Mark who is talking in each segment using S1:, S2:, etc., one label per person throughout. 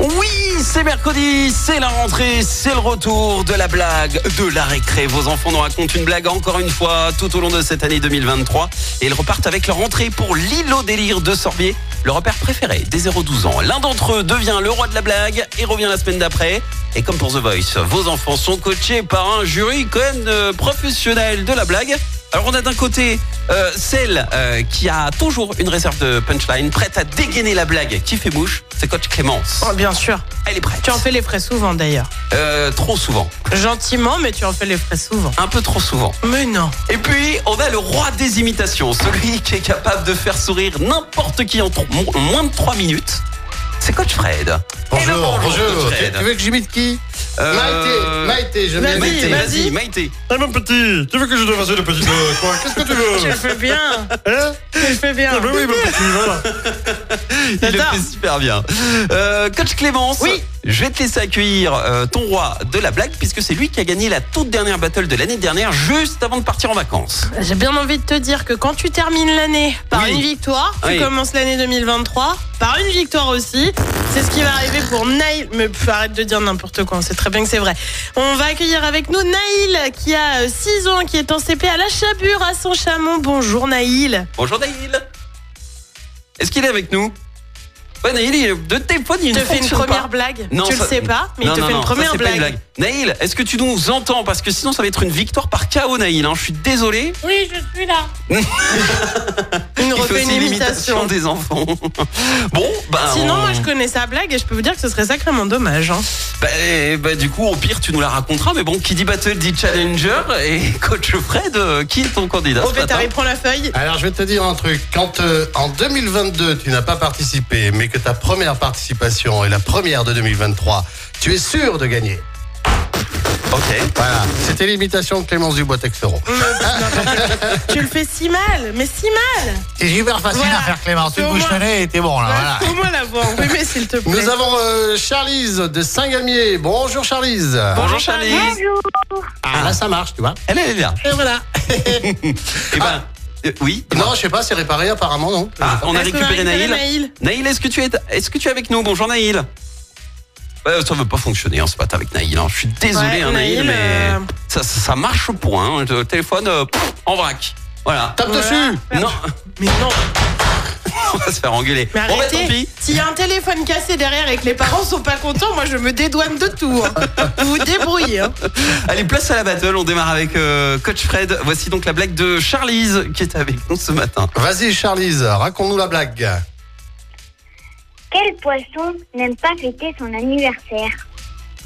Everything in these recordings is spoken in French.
S1: Oui, c'est mercredi, c'est la rentrée, c'est le retour de la blague, de la récré. Vos enfants nous racontent une blague encore une fois tout au long de cette année 2023 et ils repartent avec leur rentrée pour l'îlot délire de Sorbier, le repère préféré des 0-12 ans. L'un d'entre eux devient le roi de la blague et revient la semaine d'après. Et comme pour The Voice, vos enfants sont coachés par un jury quand même euh, professionnel de la blague. Alors on a d'un côté euh, celle euh, qui a toujours une réserve de punchline, prête à dégainer la blague qui fait mouche, c'est coach Clémence.
S2: Oh, bien sûr.
S1: Elle est prête.
S2: Tu en fais les frais souvent d'ailleurs.
S1: Euh, trop souvent.
S2: Gentiment, mais tu en fais les frais souvent.
S1: Un peu trop souvent.
S2: Mais non.
S1: Et puis, on a le roi des imitations, celui qui est capable de faire sourire n'importe qui en tro- mo- moins de 3 minutes. C'est Coach Fred.
S3: Bonjour,
S1: Hello, bonjour,
S3: bonjour.
S1: Fred.
S3: Tu veux que j'imite qui
S1: Euh,
S3: Maïté, Maïté, je
S2: Vas-y,
S3: m'imite.
S1: Maïté,
S2: vas-y.
S1: vas-y, Maïté.
S3: Eh mon petit, tu veux que je te fasse une petite euh, quoi Qu'est-ce que tu
S2: Tu
S3: veux
S2: le fais bien.
S3: Hein
S2: Tu le fais bien.
S3: Ah
S1: bah
S3: ben oui, mon petit, voilà.
S1: Il le
S2: J'adore.
S1: fait super bien. Euh, Coach Clémence,
S2: Oui.
S1: je vais te laisser accueillir euh, ton roi de la blague, puisque c'est lui qui a gagné la toute dernière battle de l'année dernière, juste avant de partir en vacances.
S2: J'ai bien envie de te dire que quand tu termines l'année par
S1: Oui.
S2: une victoire, tu
S1: Oui.
S2: commences l'année 2023 par une victoire aussi. C'est ce qui va arriver pour Naïl. Mais pff, arrête de dire n'importe quoi, c'est très bien que c'est vrai. On va accueillir avec nous Naïl qui a 6 ans, qui est en CP à la Chabure à Saint-Chamond. Bonjour Naïl.
S1: Bonjour Naïl. Est-ce qu'il est avec nous Ouais, Naïl, il est de téléphone, il
S2: Il
S1: ne
S2: te fait une
S1: fonctionne pas.
S2: première blague.
S1: Non,
S2: tu
S1: ça-
S2: le sais pas, mais
S1: Non,
S2: il te
S1: non,
S2: fait
S1: non,
S2: une
S1: ça,
S2: première
S1: c'est pas une
S2: blague.
S1: Naïl, est-ce que tu nous entends Parce que sinon, ça va être une victoire par KO, Naïl. hein. Je suis désolé.
S4: oui, je suis là.
S2: Il nous
S1: Il fait
S2: refait
S1: aussi
S2: une imitation.
S1: l'imitation des enfants. bon, bah.
S2: Sinon,
S1: on-
S2: moi, je connais sa blague et je peux vous dire que ce serait sacrément dommage. hein.
S1: bah, eh, bah, du coup, au pire, tu nous la raconteras. Mais bon, qui dit battle dit challenger. Et coach Fred, euh, qui est ton candidat
S2: Au
S1: ce matin
S2: pétard, il prend la feuille.
S3: Alors, je vais te dire un truc. Quand euh, en 2022, tu n'as pas participé, mais que ta première participation est la première de 2023, tu es sûr de gagner.
S1: Ok.
S3: Voilà. C'était l'imitation de Clémence Dubois-Texteron.
S2: Tu le fais si mal, mais si mal.
S3: C'est super facile
S2: Voilà. à faire,
S3: Clémence.
S2: Tu Au bouges moins. le
S3: et t'es bon,
S1: Ah,
S2: moi la voix. Oui, mais s'il te plaît.
S3: Nous avons euh, Charlize de Saint-Gamier. Bonjour, Charlize.
S1: Bonjour, Charlie.
S3: Ah, là, ça marche, tu vois.
S1: Elle, elle est là.
S3: Et voilà.
S2: Ah.
S1: Eh ben, euh, oui.
S3: Non, je sais pas, c'est réparé apparemment, non
S1: Ah, on a
S2: Est-ce qu'on
S1: récupéré Naïl.
S2: Naïl.
S1: Naïl, est-ce que tu es, est-ce que tu es avec nous Bonjour Naïl. Ouais, ça ne veut pas fonctionner hein, ce matin avec Naïl. hein. Je suis désolé
S2: Ouais,
S1: hein, Naïl,
S2: Naïl,
S1: mais
S2: euh,
S1: ça, ça- ça marche au point. hein. Le téléphone euh, pff, en vrac. Voilà.
S3: Tape
S2: Voilà.
S3: dessus
S1: Non,
S2: Mais non,
S1: on va se faire engueuler.
S2: mais
S1: Bon, bah, tant
S2: arrêtez.
S1: pis.
S2: S'il y a un téléphone cassé derrière et que les parents sont pas contents, moi je me dédouane de tout. hein. Vous vous débrouillez. hein.
S1: Allez, place à la battle. On démarre avec euh, Coach Fred. Voici donc la blague de Charlize qui est avec nous ce matin.
S3: Vas-y, Charlize, raconte-nous la blague.
S5: Quel poisson n'aime pas fêter son anniversaire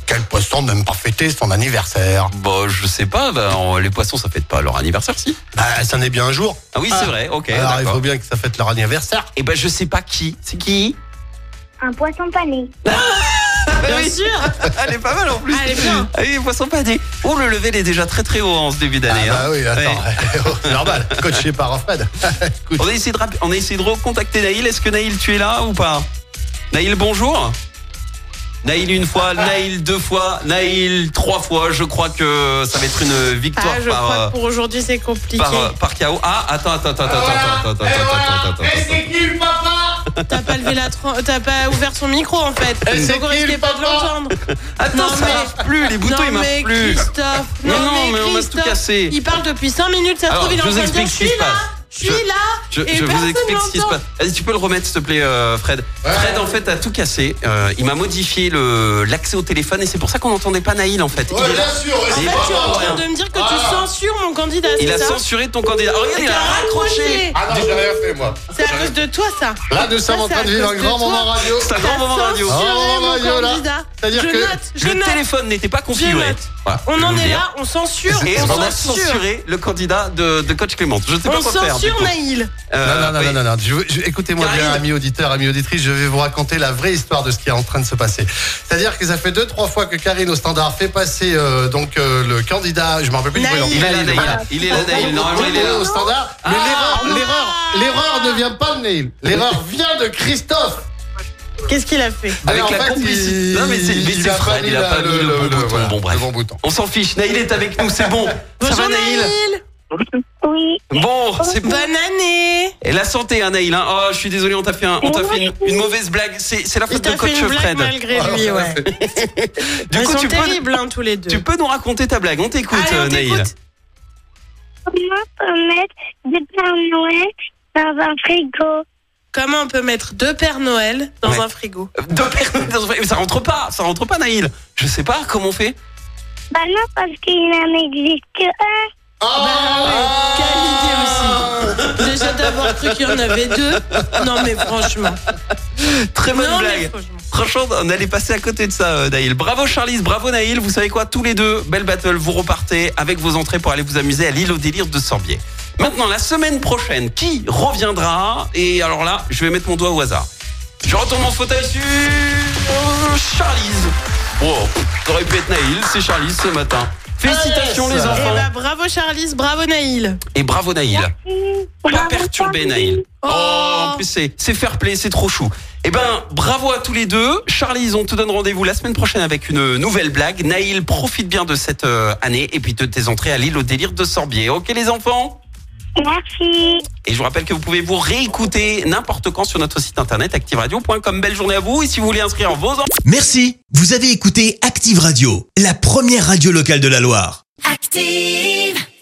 S3: Quel poisson n'aime pas fêter son anniversaire
S1: Bon, je sais pas. bah, on- les poissons, ça fête pas leur anniversaire, si
S3: Bah, ça n'est bien un jour.
S1: Ah oui, c'est vrai. Ok,
S3: Alors, il faut
S1: d'accord.
S3: bien que ça fête leur anniversaire.
S1: Et ben, je sais pas qui. C'est qui
S5: Un poisson pané.
S1: Ah
S2: Bien
S1: oui.
S2: sûr.
S1: Elle est pas mal en plus.
S2: Elle est bien.
S1: Ah oui, poisson pané. Oh, le level est déjà très très haut en ce début d'année.
S3: ah, bah
S1: hein.
S3: oui,
S1: Ouais.
S3: attends. Normal, coaché par Fred. Écoute,
S1: On a essayé de, rapp- on a essayé de recontacter Naïl. Est-ce que Naïl, tu es là ou pas Naïl, bonjour. Naïl une fois, Naïl deux fois, Naïl trois fois. Je crois que ça va être une victoire
S2: Ah, je
S1: par,
S2: crois
S1: euh,
S2: que pour aujourd'hui c'est compliqué.
S1: par, euh, par KO. Ah, attends, attends, attends, attends, attends, attends, attends, attends, attends, attends.
S2: T'as pas levé la tran- t'as pas ouvert son micro en fait.
S1: Eh,
S3: c'est
S2: Donc on
S3: qui,
S2: risquait
S3: le
S2: pas de
S3: papa
S2: l'entendre.
S1: Attends,
S2: Non,
S1: Ah, ça
S2: mais-
S1: marche plus. Les boutons,
S2: non,
S1: ils marchent
S2: mais
S1: plus.
S2: Christophe,
S1: Mais non, mais on a tout
S2: Christophe,
S1: cassé.
S2: Il parle depuis 5 minutes, ça se
S1: Alors,
S2: trouve, il est
S1: je
S2: en
S1: vous
S2: train de dire
S1: explique
S2: Je
S1: ce qui
S2: suis
S1: se
S2: là,
S1: passe.
S2: je suis là.
S1: Je,
S2: et
S1: je vous
S2: personne
S1: explique ce qui se
S2: l'entend.
S1: passe. Vas-y, tu peux le remettre, s'il te plaît, euh, Fred. Fred, en fait, a tout cassé. Euh, il m'a modifié le- l'accès au téléphone et c'est pour ça qu'on n'entendait pas Naïl, en fait. il, est là.
S2: En
S1: Il est
S2: fait,
S1: pas
S2: tu es en
S1: pour rien.
S2: train de me dire que tu censures mon candidat,
S1: Il
S2: c'est
S1: a
S2: ça
S1: censuré ton candidat. Oh, regarde, il a raccroché.
S3: Ah non, j'ai rien fait, moi.
S2: C'est à cause de toi, ça.
S3: Là, nous sommes
S2: Ça,
S3: en
S2: c'est
S3: train de
S2: à
S3: vivre
S2: cause
S3: un grand
S2: toi.
S3: moment radio.
S1: C'est un grand moment
S2: T'as
S1: radio.
S2: censuré
S3: Oh,
S2: mon
S3: radio, là.
S2: candidat.
S3: C'est-à-dire
S2: je
S3: que
S2: note, je
S1: Le
S2: note.
S1: téléphone n'était pas
S2: Je
S1: configuré.
S2: note.
S1: Voilà,
S2: On
S1: je
S2: en
S1: vous le
S2: est
S1: dis. hein.
S2: là, on censure,
S1: Et on
S2: on
S1: a
S2: censure.
S1: censuré le candidat de, de Coach Clément. Je ne sais pas
S2: On
S1: quoi faire. du
S2: censure
S1: coup.
S2: Naïl.
S1: Euh,
S3: Non, non, non,
S1: oui.
S3: non, non, non. Je veux- je- écoutez-moi
S1: Karine.
S3: bien, amis auditeurs, amis auditrices, je vais vous raconter la vraie histoire de ce qui est en train de se passer. C'est-à-dire que ça fait deux, trois fois que Karine au standard fait passer euh, donc euh, le candidat, je me rappelle plus
S2: Naïl.
S3: du prénom.
S1: Il est là, Naïl.
S3: voilà.
S1: Il est là, Naïl. Normalement, il est là.
S3: au standard,
S1: Ah.
S3: mais l'erreur, l'erreur, l'erreur ne vient pas de Naïl. L'erreur vient de Christophe.
S2: Qu'est-ce qu'il a fait
S1: Avec
S3: Alors,
S1: la
S3: en fait,
S1: complicité.
S3: il-
S1: Non, mais c'est mais
S3: il
S1: c'est
S3: a pas
S1: Fred,
S3: mis
S1: il a
S3: la-
S1: pas
S3: le-
S1: mis le
S3: le-
S1: bon
S3: le-
S1: bouton.
S3: voilà,
S1: Bon, bref.
S3: le bon bouton.
S1: On s'en fiche. Naïl est avec nous, c'est bon. Ça va,
S2: Bonjour
S1: Naïl
S2: Naïl
S1: Bon, c'est bon.
S2: Bonne année
S1: Et la santé, hein, Naïl. hein. Oh, je suis désolé, on t'a fait, un- on t'a fait une, une mauvaise blague. C'est c'est la
S2: Il
S1: faute de
S2: t'a fait
S1: coach
S2: une blague
S1: Fred. Ah,
S2: malgré
S3: Alors,
S2: lui,
S3: ça
S2: Ah ouais.
S3: fait-
S1: Du
S2: Ils
S1: coup,
S2: sont
S1: tu peux,
S2: terribles, hein, tous les deux.
S1: tu peux nous raconter ta blague. On t'écoute,
S2: Allez, on
S1: euh, Naïl.
S2: t'écoute.
S5: Comment peut mettre du Père Noël dans un frigo
S2: Comment on peut mettre deux Pères Noël dans
S1: Ouais.
S2: un frigo
S1: Deux personnes dans un- Ça rentre pas, ça rentre pas, Naïl. Je sais pas comment on fait.
S5: Bah non, parce qu'il n'en existe que un.
S1: Bah
S3: Oh.
S2: Ah, Quelle idée aussi Déjà d'avoir cru qu'il y en avait deux. Non mais franchement.
S1: Très bonne
S2: non
S1: blague.
S2: mais franchement.
S1: Franchement, on allait passer à côté de ça, euh, Naïl. Bravo, Charlize. Bravo, Naïl. Vous savez quoi Tous les deux, belle battle. Vous repartez avec vos entrées pour aller vous amuser à l'île au délire de Sorbier. Maintenant, la semaine prochaine, qui reviendra Et alors là, je vais mettre mon doigt au hasard. Je retourne mon fauteuil sur euh, Charlize. Wow, ça aurait pu être Naïl. C'est Charlize ce matin. Félicitations,
S3: Ah, yes.
S1: les
S2: Eh
S1: enfants.
S2: bah, bravo Charlize, bravo Naïl.
S1: Et bravo, Naïl. Pas
S5: Bravo,
S1: perturbé,
S5: Charlie.
S1: Naïl. Oh,
S2: Oh.
S1: en plus, c'est c'est fair play, c'est trop chou. Eh ben, bravo à tous les deux. Charlize, on te donne rendez-vous la semaine prochaine avec une nouvelle blague. Naïl, profite bien de cette euh, année et puis de tes entrées à l'île au délire de Sorbier. Ok, les enfants
S5: Merci.
S1: Et je vous rappelle que vous pouvez vous réécouter n'importe quand sur notre site internet activeradio.com. Belle journée à vous. Et si vous voulez inscrire vos enfants,
S6: Merci. Vous avez écouté Active Radio, la première radio locale de la Loire.
S4: Active.